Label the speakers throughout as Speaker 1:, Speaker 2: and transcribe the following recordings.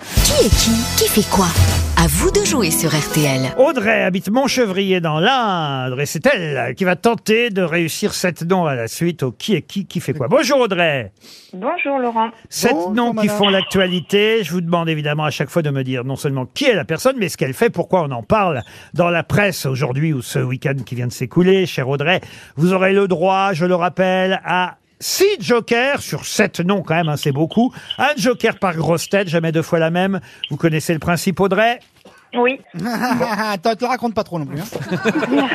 Speaker 1: Qui est qui Qui fait quoi À vous de jouer sur RTL.
Speaker 2: Audrey habite Montchevrier dans l'Indre et c'est elle qui va tenter de réussir sept noms à la suite au qui est qui qui fait quoi. Bonjour Audrey.
Speaker 3: Bonjour Laurent.
Speaker 2: Sept
Speaker 4: Bonjour,
Speaker 2: noms qui
Speaker 4: madame.
Speaker 2: font l'actualité. Je vous demande évidemment à chaque fois de me dire non seulement qui est la personne, mais ce qu'elle fait, pourquoi on en parle dans la presse aujourd'hui ou ce week-end qui vient de s'écouler. Cher Audrey, vous aurez le droit, je le rappelle, à six jokers sur sept noms quand même, hein, c'est beaucoup. Un joker par grosse tête, jamais deux fois la même. Vous connaissez le principe Audrey
Speaker 3: Oui.
Speaker 4: Attends, te la raconte pas trop non plus. hein.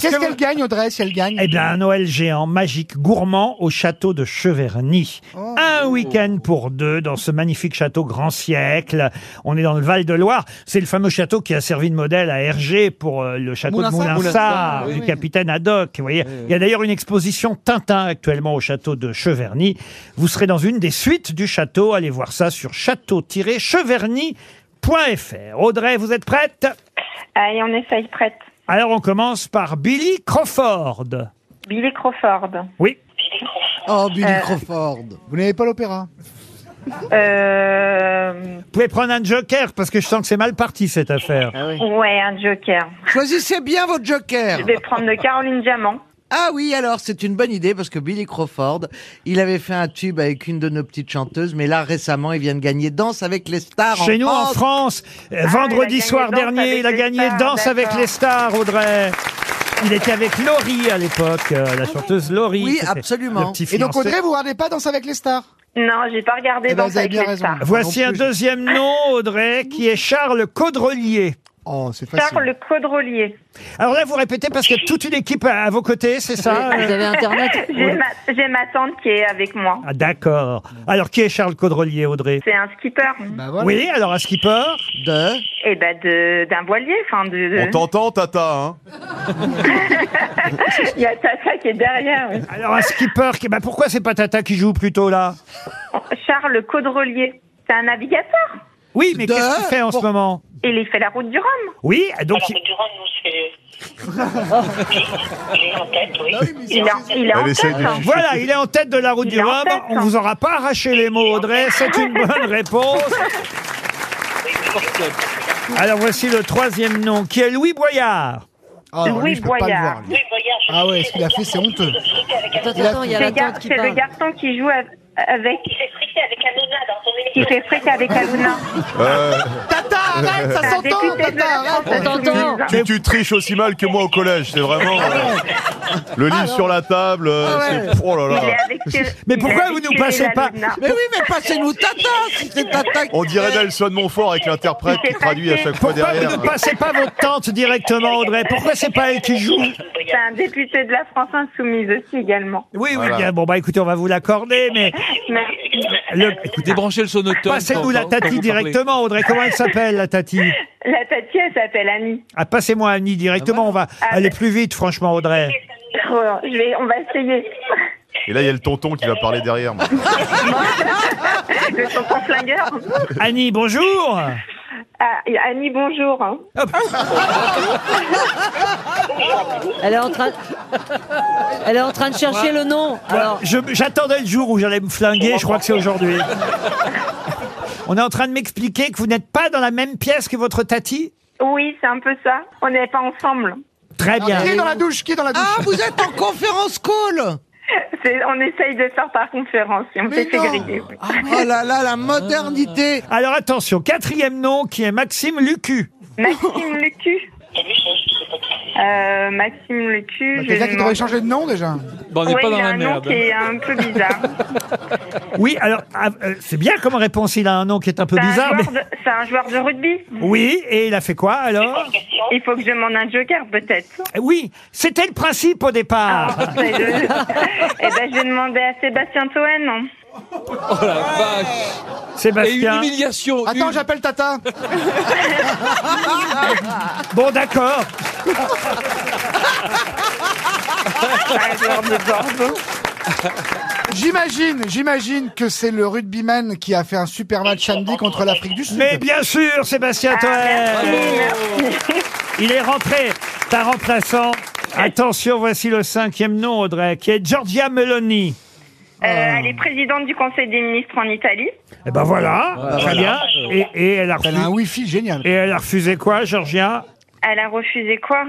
Speaker 4: Qu'est-ce qu'elle gagne, Audrey, si elle gagne
Speaker 2: Eh bien, un Noël géant, magique, gourmand au château de Cheverny.
Speaker 4: Oh.
Speaker 2: Un week-end pour deux dans ce magnifique château grand siècle. On est dans le Val-de-Loire. C'est le fameux château qui a servi de modèle à Hergé pour euh, le château de
Speaker 4: Moulinsart.
Speaker 2: Moulinsart,
Speaker 4: Moulinsart, oui,
Speaker 2: du
Speaker 4: oui.
Speaker 2: capitaine Haddock. Vous voyez, il y a d'ailleurs une exposition Tintin actuellement au château de Cheverny. Vous serez dans une des suites du château. Allez voir ça sur château-cheverny.fr. Audrey, vous êtes prête
Speaker 3: Allez, on essaye, prête.
Speaker 2: Alors, on commence par Billy Crawford.
Speaker 3: Billy Crawford.
Speaker 2: Oui.
Speaker 4: Oh, Billy
Speaker 3: Euh.
Speaker 4: Crawford. Vous n'avez pas l'opéra
Speaker 3: Euh...
Speaker 2: Vous pouvez prendre un joker parce que je sens que c'est mal parti cette affaire.
Speaker 3: Ah Ouais, un joker.
Speaker 5: Choisissez bien votre joker.
Speaker 3: Je vais prendre le Caroline Diamant.
Speaker 5: Ah oui, alors c'est une bonne idée parce que Billy Crawford, il avait fait un tube avec une de nos petites chanteuses, mais là récemment, il vient de gagner Danse avec les stars.
Speaker 2: Chez nous en France,
Speaker 5: France.
Speaker 2: euh,
Speaker 3: Ah,
Speaker 2: vendredi
Speaker 3: il a gagné
Speaker 2: soir
Speaker 3: Danse
Speaker 2: dernier,
Speaker 3: avec
Speaker 2: il a
Speaker 3: les
Speaker 2: gagné
Speaker 3: stars,
Speaker 2: Danse avec
Speaker 3: d'accord.
Speaker 2: les stars, Audrey. Il était avec Laurie à l'époque, euh, la chanteuse Laurie.
Speaker 5: Oui,
Speaker 2: C'était
Speaker 5: absolument.
Speaker 2: le petit
Speaker 4: Et donc,
Speaker 2: fiancé.
Speaker 4: Audrey, vous regardez pas Danse avec les stars
Speaker 3: Non, j'ai pas regardé
Speaker 4: Eh ben,
Speaker 3: dans
Speaker 4: vous avez
Speaker 3: avec
Speaker 4: bien
Speaker 3: les
Speaker 4: raison.
Speaker 3: stars.
Speaker 2: Voici
Speaker 4: Non
Speaker 2: un
Speaker 4: plus.
Speaker 2: deuxième nom, Audrey, qui est Charles Caudrelier.
Speaker 4: Oh, c'est facile.
Speaker 3: Charles Caudrelier.
Speaker 2: Alors là, vous répétez parce qu'il y a toute une équipe à à vos côtés, c'est ça euh?
Speaker 6: Vous avez Internet
Speaker 3: J'ai ma... j'ai ma tante qui est avec moi.
Speaker 2: Ah, D'accord. Alors, qui est Charles Caudrelier, Audrey
Speaker 3: C'est un skipper.
Speaker 4: Bah voilà.
Speaker 2: Oui, alors un skipper
Speaker 5: De...
Speaker 3: Et ben de d'un voilier, enfin de.
Speaker 7: On t'entend, Tata, hein
Speaker 3: Il y a Tata qui est derrière. oui.
Speaker 2: Alors un skipper, qui... bah, pourquoi c'est pas Tata qui joue plutôt là
Speaker 3: Charles Caudrelier. C'est un navigateur.
Speaker 2: Oui, mais
Speaker 5: De-
Speaker 2: qu'est-ce qu'il fait en
Speaker 5: pour-
Speaker 2: ce moment
Speaker 3: Il il fait la route du Rhum.
Speaker 2: Oui,
Speaker 4: Ah,
Speaker 2: donc il-
Speaker 4: Ah
Speaker 3: Il est en, il est en
Speaker 7: Elle essaie
Speaker 3: tête,
Speaker 7: de-
Speaker 3: hein.
Speaker 2: voilà, il est en tête de la route
Speaker 3: Il
Speaker 2: du
Speaker 3: est en
Speaker 2: Rhum.
Speaker 3: tête,
Speaker 2: On
Speaker 3: hein.
Speaker 2: vous aura pas arraché les mots, Audrey. C'est une bonne réponse. Alors voici le troisième nom, qui est Louis Boyard.
Speaker 4: Ah, alors, lui, je peux
Speaker 3: Louis
Speaker 4: pas le
Speaker 3: Boyard.
Speaker 4: voir, lui. Ah ouais, ce qu'il a fait, c'est honteux.
Speaker 6: Attends, attends, il y a
Speaker 3: C'est
Speaker 6: la
Speaker 3: le gar-
Speaker 6: tante qui
Speaker 3: c'est le
Speaker 6: parle.
Speaker 3: garçon qui joue av- avec. Qui fait fric avec Aluna.
Speaker 7: Euh,
Speaker 2: Ah.
Speaker 4: Tata, arrête, ça
Speaker 3: Un
Speaker 4: s'entend,
Speaker 3: député de
Speaker 4: Tata,
Speaker 3: la
Speaker 4: arrête.
Speaker 3: France.
Speaker 6: T'entends
Speaker 7: tu, tu triches aussi mal que moi au collège, c'est vraiment...
Speaker 2: Ah
Speaker 7: euh, le livre sur la table, euh,
Speaker 5: Ah ouais.
Speaker 7: c'est... Oh là
Speaker 3: Il est
Speaker 7: là
Speaker 3: avec Thierry-
Speaker 2: Mais
Speaker 3: il est
Speaker 2: pourquoi
Speaker 3: avec
Speaker 2: vous nous
Speaker 3: Thierry
Speaker 2: passez pas
Speaker 3: Lalouna.
Speaker 5: Mais oui, mais passez-nous Tata, si c'est Tata. qui-
Speaker 7: On dirait Nelson Montfort avec l'interprète
Speaker 3: Il
Speaker 7: qui
Speaker 3: s'est
Speaker 7: traduit à
Speaker 3: passé.
Speaker 7: chaque fois
Speaker 2: Pourquoi vous
Speaker 7: derrière.
Speaker 2: ne passez pas votre tante directement, Audrey Pourquoi c'est pas elle qui joue
Speaker 3: C'est un député de la France Insoumise aussi également.
Speaker 2: Oui, oui,
Speaker 7: Voilà.
Speaker 2: bien. Bon, bah écoutez, on va vous l'accorder, mais
Speaker 3: Merci.
Speaker 2: le...
Speaker 8: Débranchez le sonotone.
Speaker 2: passez-nous la Tati directement, Audrey. Comment elle s'appelle, la Tati
Speaker 3: La tati, elle s'appelle Annie.
Speaker 2: ah, Passez-moi Annie directement, on va
Speaker 3: Ah,
Speaker 2: aller plus vite, franchement, Audrey.
Speaker 3: Oh, Je vais, on va essayer.
Speaker 7: Et là, il y a le tonton qui va parler derrière. moi.
Speaker 3: Le tonton flingueur.
Speaker 2: Annie, bonjour
Speaker 3: Ah, et Annie, bonjour. hein.
Speaker 6: Elle est en train, elle est en train de chercher le nom. Alors,
Speaker 2: Je- J'attendais le jour où j'allais me flinguer, je crois que c'est aujourd'hui. On est en train de m'expliquer que vous n'êtes pas dans la même pièce que votre tati
Speaker 3: Oui, c'est un peu ça. On n'est pas ensemble.
Speaker 2: Très bien.
Speaker 4: Qui est dans la douche Qui est dans la douche
Speaker 5: Ah, vous êtes en conférence call
Speaker 3: C'est- on essaye de faire par conférence et on
Speaker 5: Mais
Speaker 3: s'est fait
Speaker 5: non
Speaker 3: griller. oui.
Speaker 5: Oh là là, la modernité
Speaker 2: Alors attention, quatrième nom qui est Maxime Lucu.
Speaker 3: Maxime Lecu. Euh, Maxime Lecu.
Speaker 4: Bah,
Speaker 3: je
Speaker 4: Quelqu'un qui
Speaker 3: demande-
Speaker 4: devrait changer de nom déjà.
Speaker 8: on n'est
Speaker 3: Ouais,
Speaker 8: pas dans
Speaker 3: il a
Speaker 8: la
Speaker 3: un nom
Speaker 8: merde.
Speaker 3: qui est un peu bizarre.
Speaker 2: Oui, alors ah, euh, c'est bien comme réponse, il a un nom qui est un peu
Speaker 8: Bah,
Speaker 3: C'est un,
Speaker 2: bizarre.
Speaker 3: joueur de- c'est un joueur de rugby.
Speaker 2: mais- Oui, et il a fait quoi alors
Speaker 3: Il faut que je demande un joker, peut-être.
Speaker 2: Oui, c'était le principe au départ.
Speaker 3: Ah, ben, je- Eh ben, je vais demander à Sébastien Toen. Euh,
Speaker 8: Oh la vache. Ah. Et une
Speaker 2: Sébastien.
Speaker 8: humiliation.
Speaker 4: Attends,
Speaker 8: une-
Speaker 4: j'appelle Tata.
Speaker 2: Bon d'accord.
Speaker 4: J'imagine, j'imagine que c'est le rugbyman qui a fait un super match samedi contre l'Afrique du Sud.
Speaker 2: Mais bien sûr, Sébastien Toen. Il est rentré par remplaçant. Attention, voici le cinquième nom, Audrey, qui est Giorgia Meloni.
Speaker 3: Euh, Elle est présidente du Conseil des ministres en Italie.
Speaker 2: Eh ben voilà,
Speaker 8: Voilà.
Speaker 2: très bien. Et, et elle a
Speaker 4: Elle
Speaker 2: refusé,
Speaker 4: a un wifi génial.
Speaker 2: et elle a refusé quoi, Georgia
Speaker 3: Elle a refusé quoi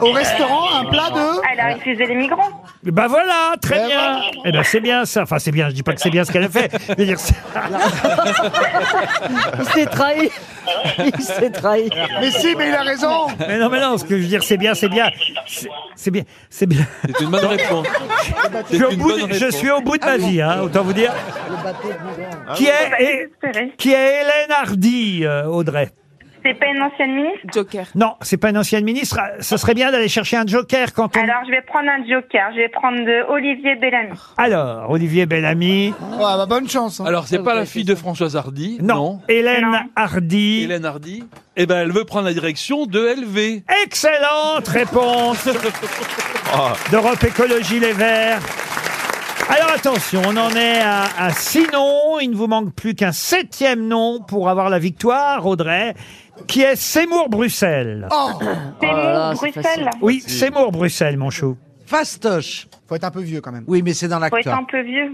Speaker 4: Au restaurant, un plat de...
Speaker 3: Elle a refusé les migrants.
Speaker 2: Eh Ben voilà, très
Speaker 4: Eh
Speaker 2: bien. Eh ben c'est bien ça. Enfin c'est bien. Je dis pas que c'est bien ce qu'elle a fait. Je veux dire, c'est-
Speaker 6: Il s'est trahi. Il s'est trahi.
Speaker 4: Mais si, mais il a raison
Speaker 2: mais non, mais non. Ce que je veux dire, c'est bien, c'est bien, C'est- c'est bien, c'est bien.
Speaker 8: C'est une bonne réponse.
Speaker 2: Je
Speaker 8: C'est
Speaker 2: suis, au
Speaker 8: une
Speaker 2: bout
Speaker 8: bonne
Speaker 2: de, je
Speaker 8: réponse. Ah
Speaker 2: suis au bout de ma vie, hein, autant vous dire. Qui est, et-
Speaker 3: Espérez.
Speaker 2: qui est Hélène Hardy, euh, Audrey
Speaker 3: C'est pas une ancienne ministre
Speaker 9: Joker.
Speaker 2: Non, c'est pas une ancienne ministre. Ah, Ça serait bien d'aller chercher un joker quand on.
Speaker 3: Alors je vais prendre un joker. Je vais prendre de Olivier Bellamy.
Speaker 2: Ah. Alors, Olivier Bellamy.
Speaker 4: Ouais, bah, Bonne chance. hein.
Speaker 8: Alors, c'est
Speaker 6: Ah,
Speaker 8: pas
Speaker 6: vous
Speaker 8: la
Speaker 6: avez
Speaker 8: fille
Speaker 6: fait
Speaker 8: de
Speaker 6: ça.
Speaker 8: Françoise Hardy.
Speaker 2: Non. Hélène
Speaker 3: Non.
Speaker 2: Hardy.
Speaker 8: Hélène Hardy. Eh ben, elle veut prendre la direction de LV.
Speaker 2: Excellente réponse
Speaker 7: Ah.
Speaker 2: d'Europe Écologie Les Verts. Alors attention, on en est à, à six noms. Il ne vous manque plus qu'un septième nom pour avoir la victoire, Audrey, qui est Seymour Bruxelles.
Speaker 4: Oh
Speaker 3: Zemmour,
Speaker 6: là là, c'est
Speaker 3: Bruxelles.
Speaker 2: oui, Seymour Bruxelles, mon chou.
Speaker 5: Fastoche.
Speaker 4: Faut être un peu vieux quand même.
Speaker 5: Oui, mais c'est dans
Speaker 3: Faut être
Speaker 5: l'acteur.
Speaker 3: un peu vieux.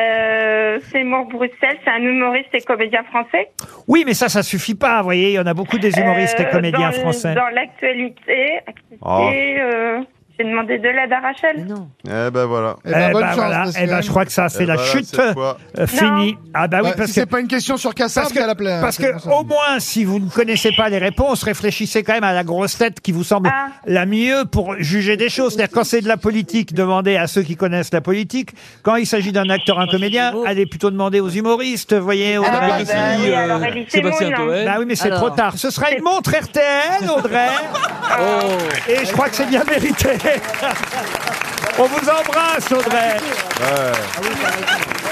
Speaker 3: Euh, Seymour Bruxelles, c'est un humoriste et comédien français.
Speaker 2: Oui, mais ça, ça suffit pas. Vous voyez, il y en a beaucoup des humoristes et
Speaker 3: Euh,
Speaker 2: comédiens
Speaker 3: dans-
Speaker 2: français.
Speaker 3: Dans l'actualité, activité,
Speaker 7: Oh.
Speaker 3: euh, j'ai demandé de l'aide à Rachel.
Speaker 6: Mais non.
Speaker 7: Eh ben voilà.
Speaker 4: Eh ben, bonne
Speaker 2: bah,
Speaker 4: chance,
Speaker 2: voilà.
Speaker 4: monsieur.
Speaker 2: Eh ben, je crois que ça, c'est
Speaker 7: Eh
Speaker 2: la
Speaker 7: ben voilà,
Speaker 2: chute
Speaker 7: cette fois.
Speaker 2: euh, finie. Ah bah oui,
Speaker 4: Ouais,
Speaker 2: parce
Speaker 4: si
Speaker 2: que
Speaker 4: c'est pas une question sur Cassab,
Speaker 2: Parce que,
Speaker 4: qu'elle appelait.
Speaker 2: parce que, au moins, si vous ne connaissez pas les réponses, réfléchissez quand même à la grosse tête qui vous semble
Speaker 3: Ah.
Speaker 2: la mieux pour juger des choses. C'est-à-dire, quand c'est de la politique, demandez à ceux qui connaissent la politique. Quand il s'agit d'un acteur, un comédien, allez plutôt demander aux humoristes, voyez. aux-
Speaker 3: Ah,
Speaker 8: D'abord,
Speaker 3: bah
Speaker 8: aussi,
Speaker 3: oui, alors, elle est
Speaker 8: Sébastien
Speaker 3: témoin,
Speaker 8: Toen.
Speaker 2: Bah oui, mais c'est
Speaker 6: Alors.
Speaker 2: trop tard. Ce sera une montre RTL, Audrey. Et je crois que c'est bien mérité. On vous embrasse, Audrey.
Speaker 7: Ouais.